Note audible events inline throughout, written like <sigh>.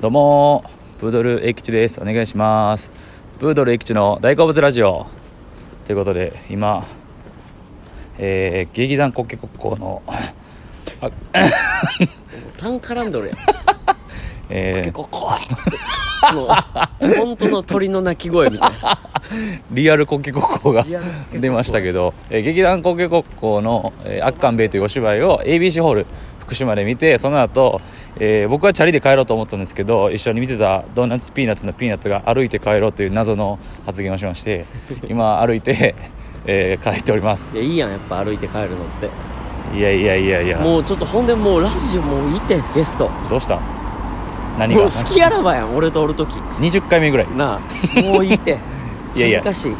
どうもプードル栄吉ですお願いしますプードル栄吉の大好物ラジオということで今、えー、劇団国旗国交の、タン絡んどる <laughs> やんえ結構怖いもう本当の鳥の鳴き声みたいなーリアル国旗国交がリアル国旗国交出ましたけど、えー劇団国旗国交の「えー、悪寒兵衛」というお芝居を ABC ホール福島で見てその後、えー僕はチャリで帰ろうと思ったんですけど一緒に見てたドーナツピーナッツのピーナッツが歩いて帰ろうという謎の発言をしまして <laughs> 今歩いて、えー帰っておりますいやいいやんやっぱ歩いて帰るのっていやいやいやいやもうちょっとほんでもうラジオもういてゲストどうした何もがう好きやらばやん俺とおる時20回目ぐらいなあもういていやい恥やずかしい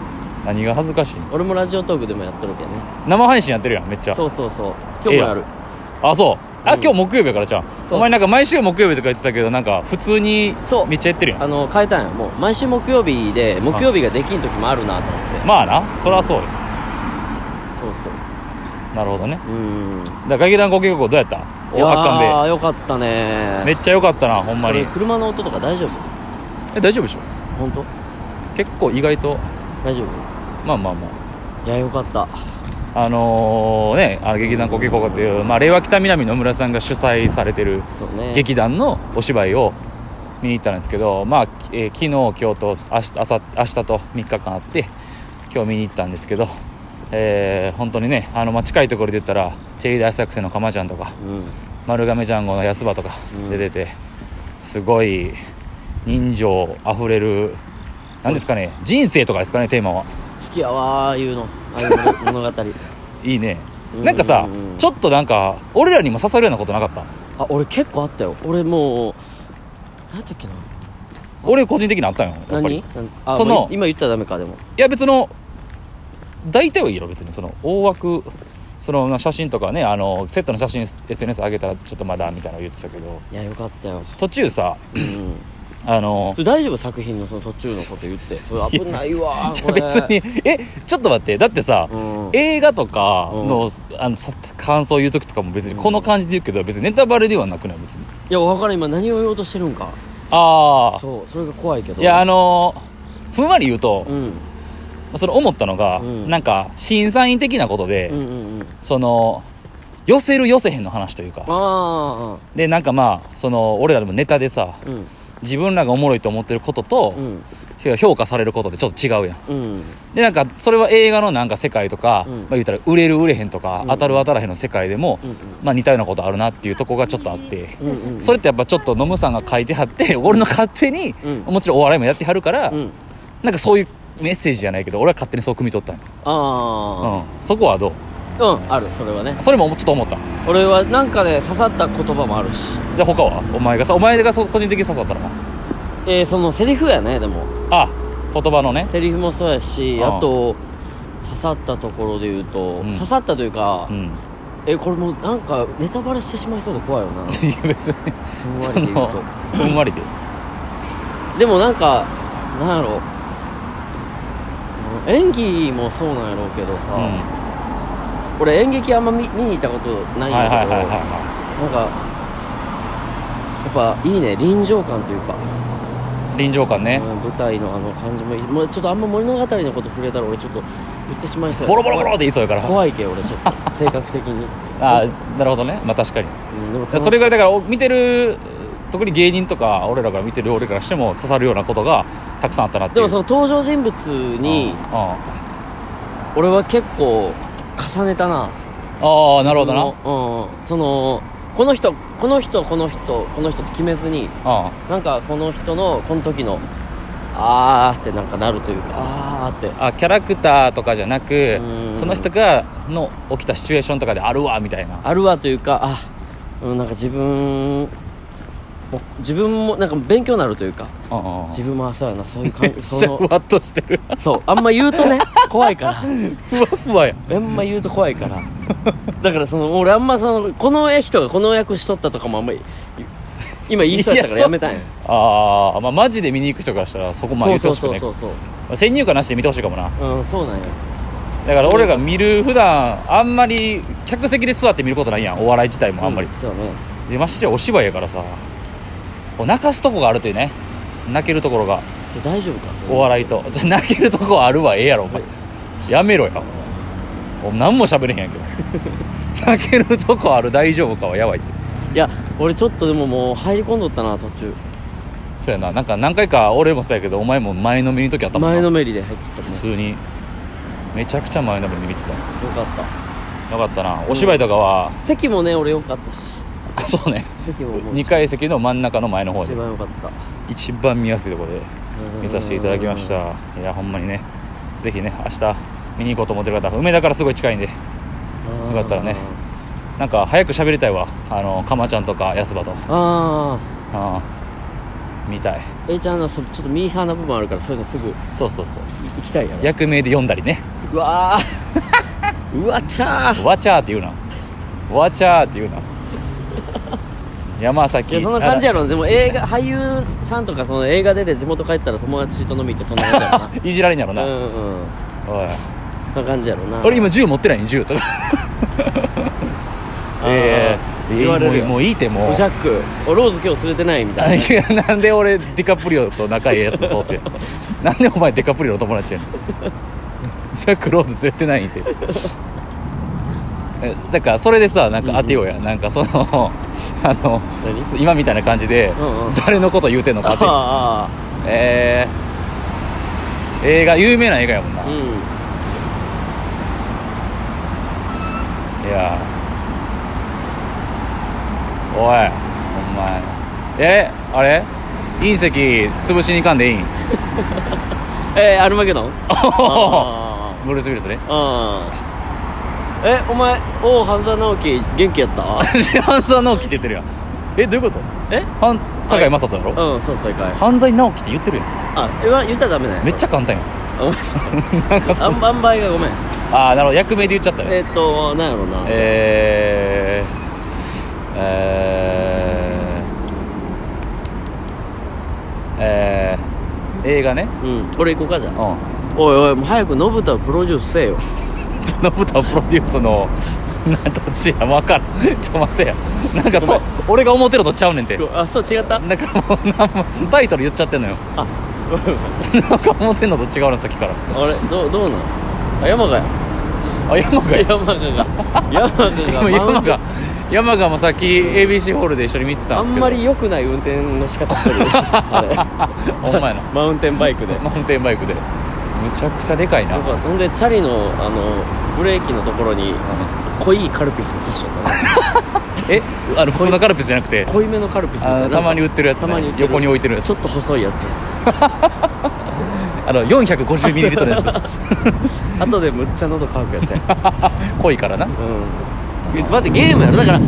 何が恥ずかしい俺もラジオトークでもやっとるけどね生配信やってるやんめっちゃそうそうそう今日もやるあそうあ、うん今日木曜日やからじゃんそうお前なんか毎週木曜日とか言ってたけどなんか普通にそうめっちゃやってるやんあの変えたんやもう毎週木曜日で木曜日ができん時もあるなと思ってまあなそりゃそうよそうそうなるほどねうんだから劇団国旗国どうやったいおあっやかーよかったねんべめっちゃ良かったなほんまこれに車の音とか大丈夫え大丈夫でしょ本当結構意外と大丈夫まあまあまいやよかったああのー、ねあの劇団国旗国っていう、まあ、令和北南の村さんが主催されてるそうね劇団のお芝居を見に行ったんですけど、まあえー昨日今日と明日明後日明日と3日間あって今日見に行ったんですけど、えー本当にねあの、まあ、近いところで言ったらチェリー大作戦のかまちゃんとかうん丸亀ジャンゴの安場とかうん出てて、すごい人情あふれる何ですかね人生とかですかねテーマは好きやわーいうのああいう物 <laughs> 語いいねうんなんかさちょっとなんか俺らにも刺さるようなことなかったあ俺結構あったよ俺もう何やったっけな俺個人的にあったんよやっぱり何なんあそのもうい今言ったらダメかでもいや別の大体はいいよ別にその大枠そのまあ写真とかねあのセットの写真 SNS 上げたらちょっとまだみたいなの言ってたけどいやよかったよ、途中さうん、あのそれ大丈夫作品のその途中のこと言ってそれ危ないわーじゃこあれ別にえちょっと待ってだってさ、うん映画とかの,、あのさ感想言う時とかも別にこの感じで言うけど別にネタバレではなくない別にいや分からん今何を言おうとしてるんかああそうそれが怖いけどいやあのふんわり言うとう、んその思ったのが、うんなんか審査員的なことで、うんうんうんその寄せる寄せへんの話というかあでなんかまあその俺らでもネタでさあうん自分らがおもろいと思ってることとう、ん評価されることでちょっと違うやんうんでなんかそれは映画のなんか世界とか、うんまあ、言ったら売れる売れへんとか、うん当たる当たらへんの世界でも、うんまあ、似たようなことあるなっていうとこがちょっとあって、うんうんうんそれってやっぱちょっとノムさんが書いてはって <laughs> 俺の勝手に、うんもちろんお笑いもやってはるから、うんなんかそういうメッセージじゃないけど俺は勝手にそう汲み取ったんよあうん、そこはどうあうんあるそれはねそれもちょっと思ったじ俺はなんかね刺さった言葉もあるし、ゃあ他はお前がさお前がそ個人的に刺さったのはえー、そのセリフやねでもあ言葉のねセリフもそうやしあああと刺さったところで言うと、うん刺さったというか、うんえこれもうなんかネタバレしてしまいそうで怖いよないや別にふんわそり <laughs> で言のうとふんわりででもなんかなんやろうん演技もそうなんやろうけどさ、うん俺演劇あんま見見に行ったことないんはいはいだけど、はいはいはなんかやっぱいいね臨場感というかい臨場感ね、うん舞台のあの感じもいいもうちょっとあんま物語のこと触れたら俺ちょっと言ってしまいそうやボロボロボロって言いそうやから怖いけ俺ちょっ <laughs> と性格的に、あーなるほどねまあ確かにうん、でも楽しいそれぐらいだからお見てる特に芸人とか俺らが見てる俺からしても刺さるようなことがたくさんあったなってでいうもその登場人物にうんあ俺は結構重ねたなあーなるほどな自分のうんうんそのこの人この人この人この人って決めずにあなんかこの人のこの時のあーってなんかなるというかあーってあキャラクターとかじゃなくうんその人がの起きたシチュエーションとかであるわみたいなあるわというかあうんなんか自分も自分もなんか勉強になるというかうんうんうん自分もあそうやなそういう感め <laughs> じっそちゃのふわっとしてるそうあんま言うとね怖いからふわふわやあんま言うと怖いからだからその俺あんまそのこの人がこの役しとったとかもあんまり今言いそうやったからやめたんやああまあマジで見に行く人からしたらそこまでそ言うってそほうしくなそういそうそうまあ先入観なしで見てほしいかもなうんそうなんやだから俺が見る普段あんまり客席で座って見ることないやんお笑い自体もあんまり、うそうねでましてやお芝居やからさこう泣かすとこがあるというね泣けるところがそれ大丈夫かそれお笑いとじゃ <laughs> 泣けるとこあるわええやろお前やめろやお前何も喋れへんや <laughs> けど泣けるとこある大丈夫かはやばいっていや俺ちょっとでももう入り込んどったな途中そうやななんか何回か俺もそうやけどお前も前のめりの時あったもんな前のめりで入っとったも普ん通にめちゃくちゃ前のめりで見てよかったたよかったなお芝居とかは、席もね俺よかったしあそうね席ももう2階席の真ん中の前の方一で番よかった一番見やすいところで見させていただきましうんたいやほんまにねぜひね明日見に行こうと思ってる方梅田からすごい近いんでよかったらねなんか早く喋りたいわあのかまちゃんとかやすばとああー見たいーえいちゃんのそちょっとミーハーな部分あるからそういうのすぐそうそうそうそう行きたいやろ役名で読んだりねうわー <laughs> うわちゃーわちゃーって言うなわちゃーって言う <laughs> な山い崎やそんな感じやろでも映画俳優さんとかその映画出て地元帰ったら友達と飲み行ってそんな感じやろあいじられんや <laughs> ろな、なうんうんおいそんな感じやろな俺今銃持ってないのに銃とかあーええ言われるよもうもういいってもうジャックおローズ今日連れてないみたいないやなんで俺ディカプリオと仲いいやつとそうってなんでお前ディカプリオの友達やねんジャック・ローズ連れてないんってえだからそれでさなんか当てようや、なんかその <laughs> あの何今みたいな感じで、うんうん誰のこと言うてんの <laughs> かってあえー、映画有名な映画やもんな、あういんやーおいお前えあれ隕石潰しに行かんでいいん <laughs> えー、アルマゲドンあブルース・ウィルスねーあーえお前おう半沢直樹元気やった半沢直樹って言ってるやん <laughs> えどういうことえ半堺雅人だろ、うんそう正解犯罪直樹って言ってるやんあえわ言ったらダメだよめっちゃゃ簡単やんお前そうなんかそあんばんばいが <laughs> ごめんああなるほど役名で言っちゃったえねーっとなんやろうなえー、えー、えー、映画ねうん俺行こうかじゃうんんおいおいもう早く信太をプロデュースせえよその豚プロデュースのなどっちや分からんちょっと待ってやなんかそう俺が思ってるとちゃうねんて <laughs> あそう違っただからもうなんもタイトル言っちゃってんのよあごめんごめんなんか思ってんのと違うのさっきからあれどうどうなんあ山がやあ山がや山がが山 <laughs> でもががマウ山ントが山がもさっき ABC ホールで一緒に見てたんあですけんど <laughs> まり良くない運転の仕方してるあお前なれ <laughs> マウンテンバイクでマウンテンバイクでむちゃくちゃでかいななんかほんでチャリのあのブレーキのところに濃いカルピス刺しちゃったねえあの普通のカルピスじゃなくて濃いめのカルピスみたいあなのたまに売ってるやつ、たまにね売って、る横に置いてるやつちょっと細いやつあの 450ml のや <laughs> 後でむっちゃ喉乾くやつやつ濃いからなうん待ってゲームやろだから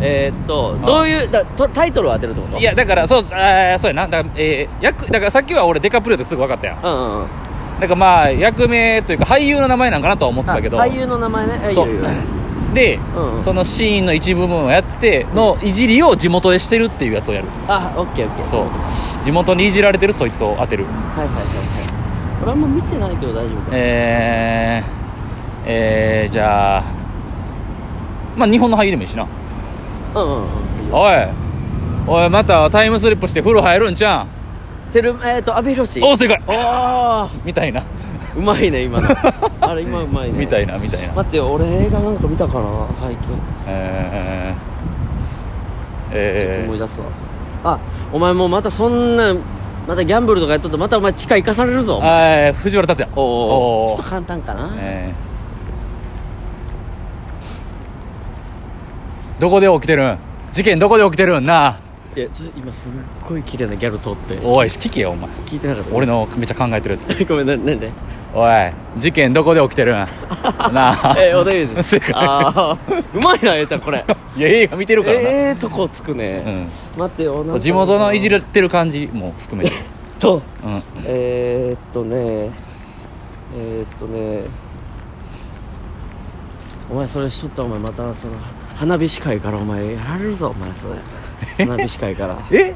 えーっとどういうだとタイトルを当てるってこといやだからそうあーそうやなだから,、えー役だからさっきは俺デカプリオってすぐ分かったやんだうんうんうんからまあ役名というか俳優の名前なんかなとは思ってたけどあ俳優の名前ねあいいそうよいいよで、うんうんそのシーンの一部分をやってのいじりを地元でしてるっていうやつをやるあオッケーオッケーそうはい地元にいじられてるそいつを当てるはいはいはい俺あんま見てないけど大丈夫かなえー、えー、じゃあまあ日本の俳優でもいいしなうんうんうんいいよおいおいまたタイムスリップして風呂入るんじゃんてるえーっと阿部寛お正解おーみたいなうまいね今 <laughs> のあれ今うまいねみたいなみたいな待ってよ俺映画なんか見たかな最近、えー、え思いー、出すわあお前もうまたそんなまたギャンブルとかやっとったらまたお前地下行かされるぞあー藤原竜也おおおちょーっと簡単かな、えーどこで起きてるん事件どこで起きてるんなあいやちょっと今すっごい綺麗なギャル通っておい聞けよお前聞いてなかっ <laughs> た俺のめっちゃ考えてるやつごめんななんでおい事件どこで起きてるんなあ <laughs> えー、小田裕 <laughs> 二正解ああうまいなえーちゃんこれいや映画見てるからな、ええとこつくね、うん待ってよなんそうか地元のいじられてる感じも含 <laughs> めて、とうん、えー、っとねえー、っとねお前それしとったらお前またその花火師会からお前やられるぞお前そ <laughs> れ花火師会からえ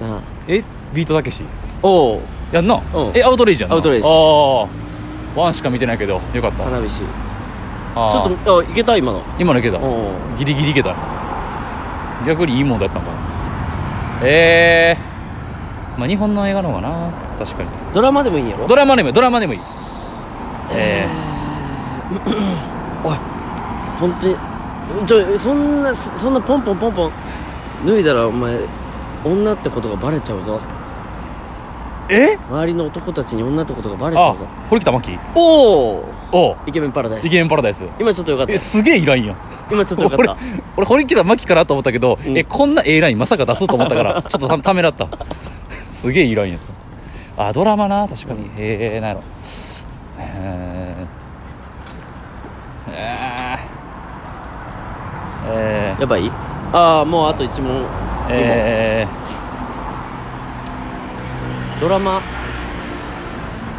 なあえビートたけしおおやんな、うんえアウトレイジやんなアウトレイジああワンしか見てないけどよかった花火師ちあょーっとあいけた今の今のいけたおおギリギリいけた逆にいいもんだったんかなえー、まあ日本の映画の方がな確かにドラマでもいいんやろドラマでもいいドラマでもいいえおい本当にちょそんなそそんなポンポンポンポン脱いだらお前女ってことがバレちゃうぞー、え周りの男たちに女ってことがバレちゃあうぞ堀北真希おおおうイケメンパラダイスイケメンパラダイス今ちょっとよかったえすげえいラインやん今ちょっとよかった俺俺堀北真希からと思ったけど、うんえこんな A ラインまさか出すと思ったから <laughs> ちょっとたためらったすげえいラインやったあドラマな確かに、うんへえなんやろえーえーやばいああもうあと1問えドラマー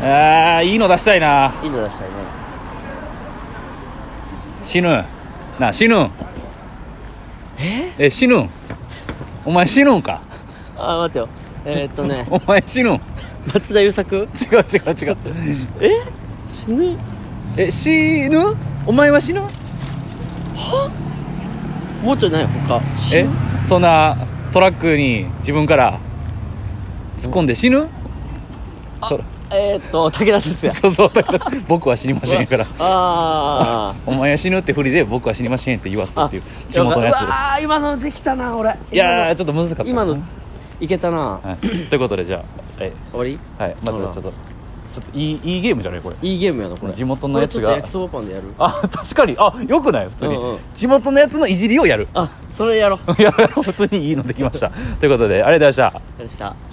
あーいいの出したいないいの出したいね死ぬんなあ死ぬんええ死ぬんお前死ぬんかあー待ってよえー、っと <laughs> ねお前死ぬん違う松田優作違う違うえ死ぬえ死ぬお前は死ぬもうちょいない他死えぬそんなトラックに自分から突っ込んで死ぬそえー、っと武田鉄矢 <laughs> そうそう <laughs> だから僕は死にませんからあ <laughs> ーお前は死ぬってふりで僕は死にませんって言わすっていう地元のやつであ今のできたな俺いやーちょっと難しかった今の今のいけたなはい、ということでじゃあ、はい終わりはい、まずほはらちょっとちょっといいいいゲームじゃないこれいいゲームやなこれ地元のやつがこれちょっと焼きそばパンでやるあ確かにあよくない普通に、うんうん地元のやつのいじりをやるあそれやろう <laughs> やるやる普通にいいのできましたということでありがとうございましたでした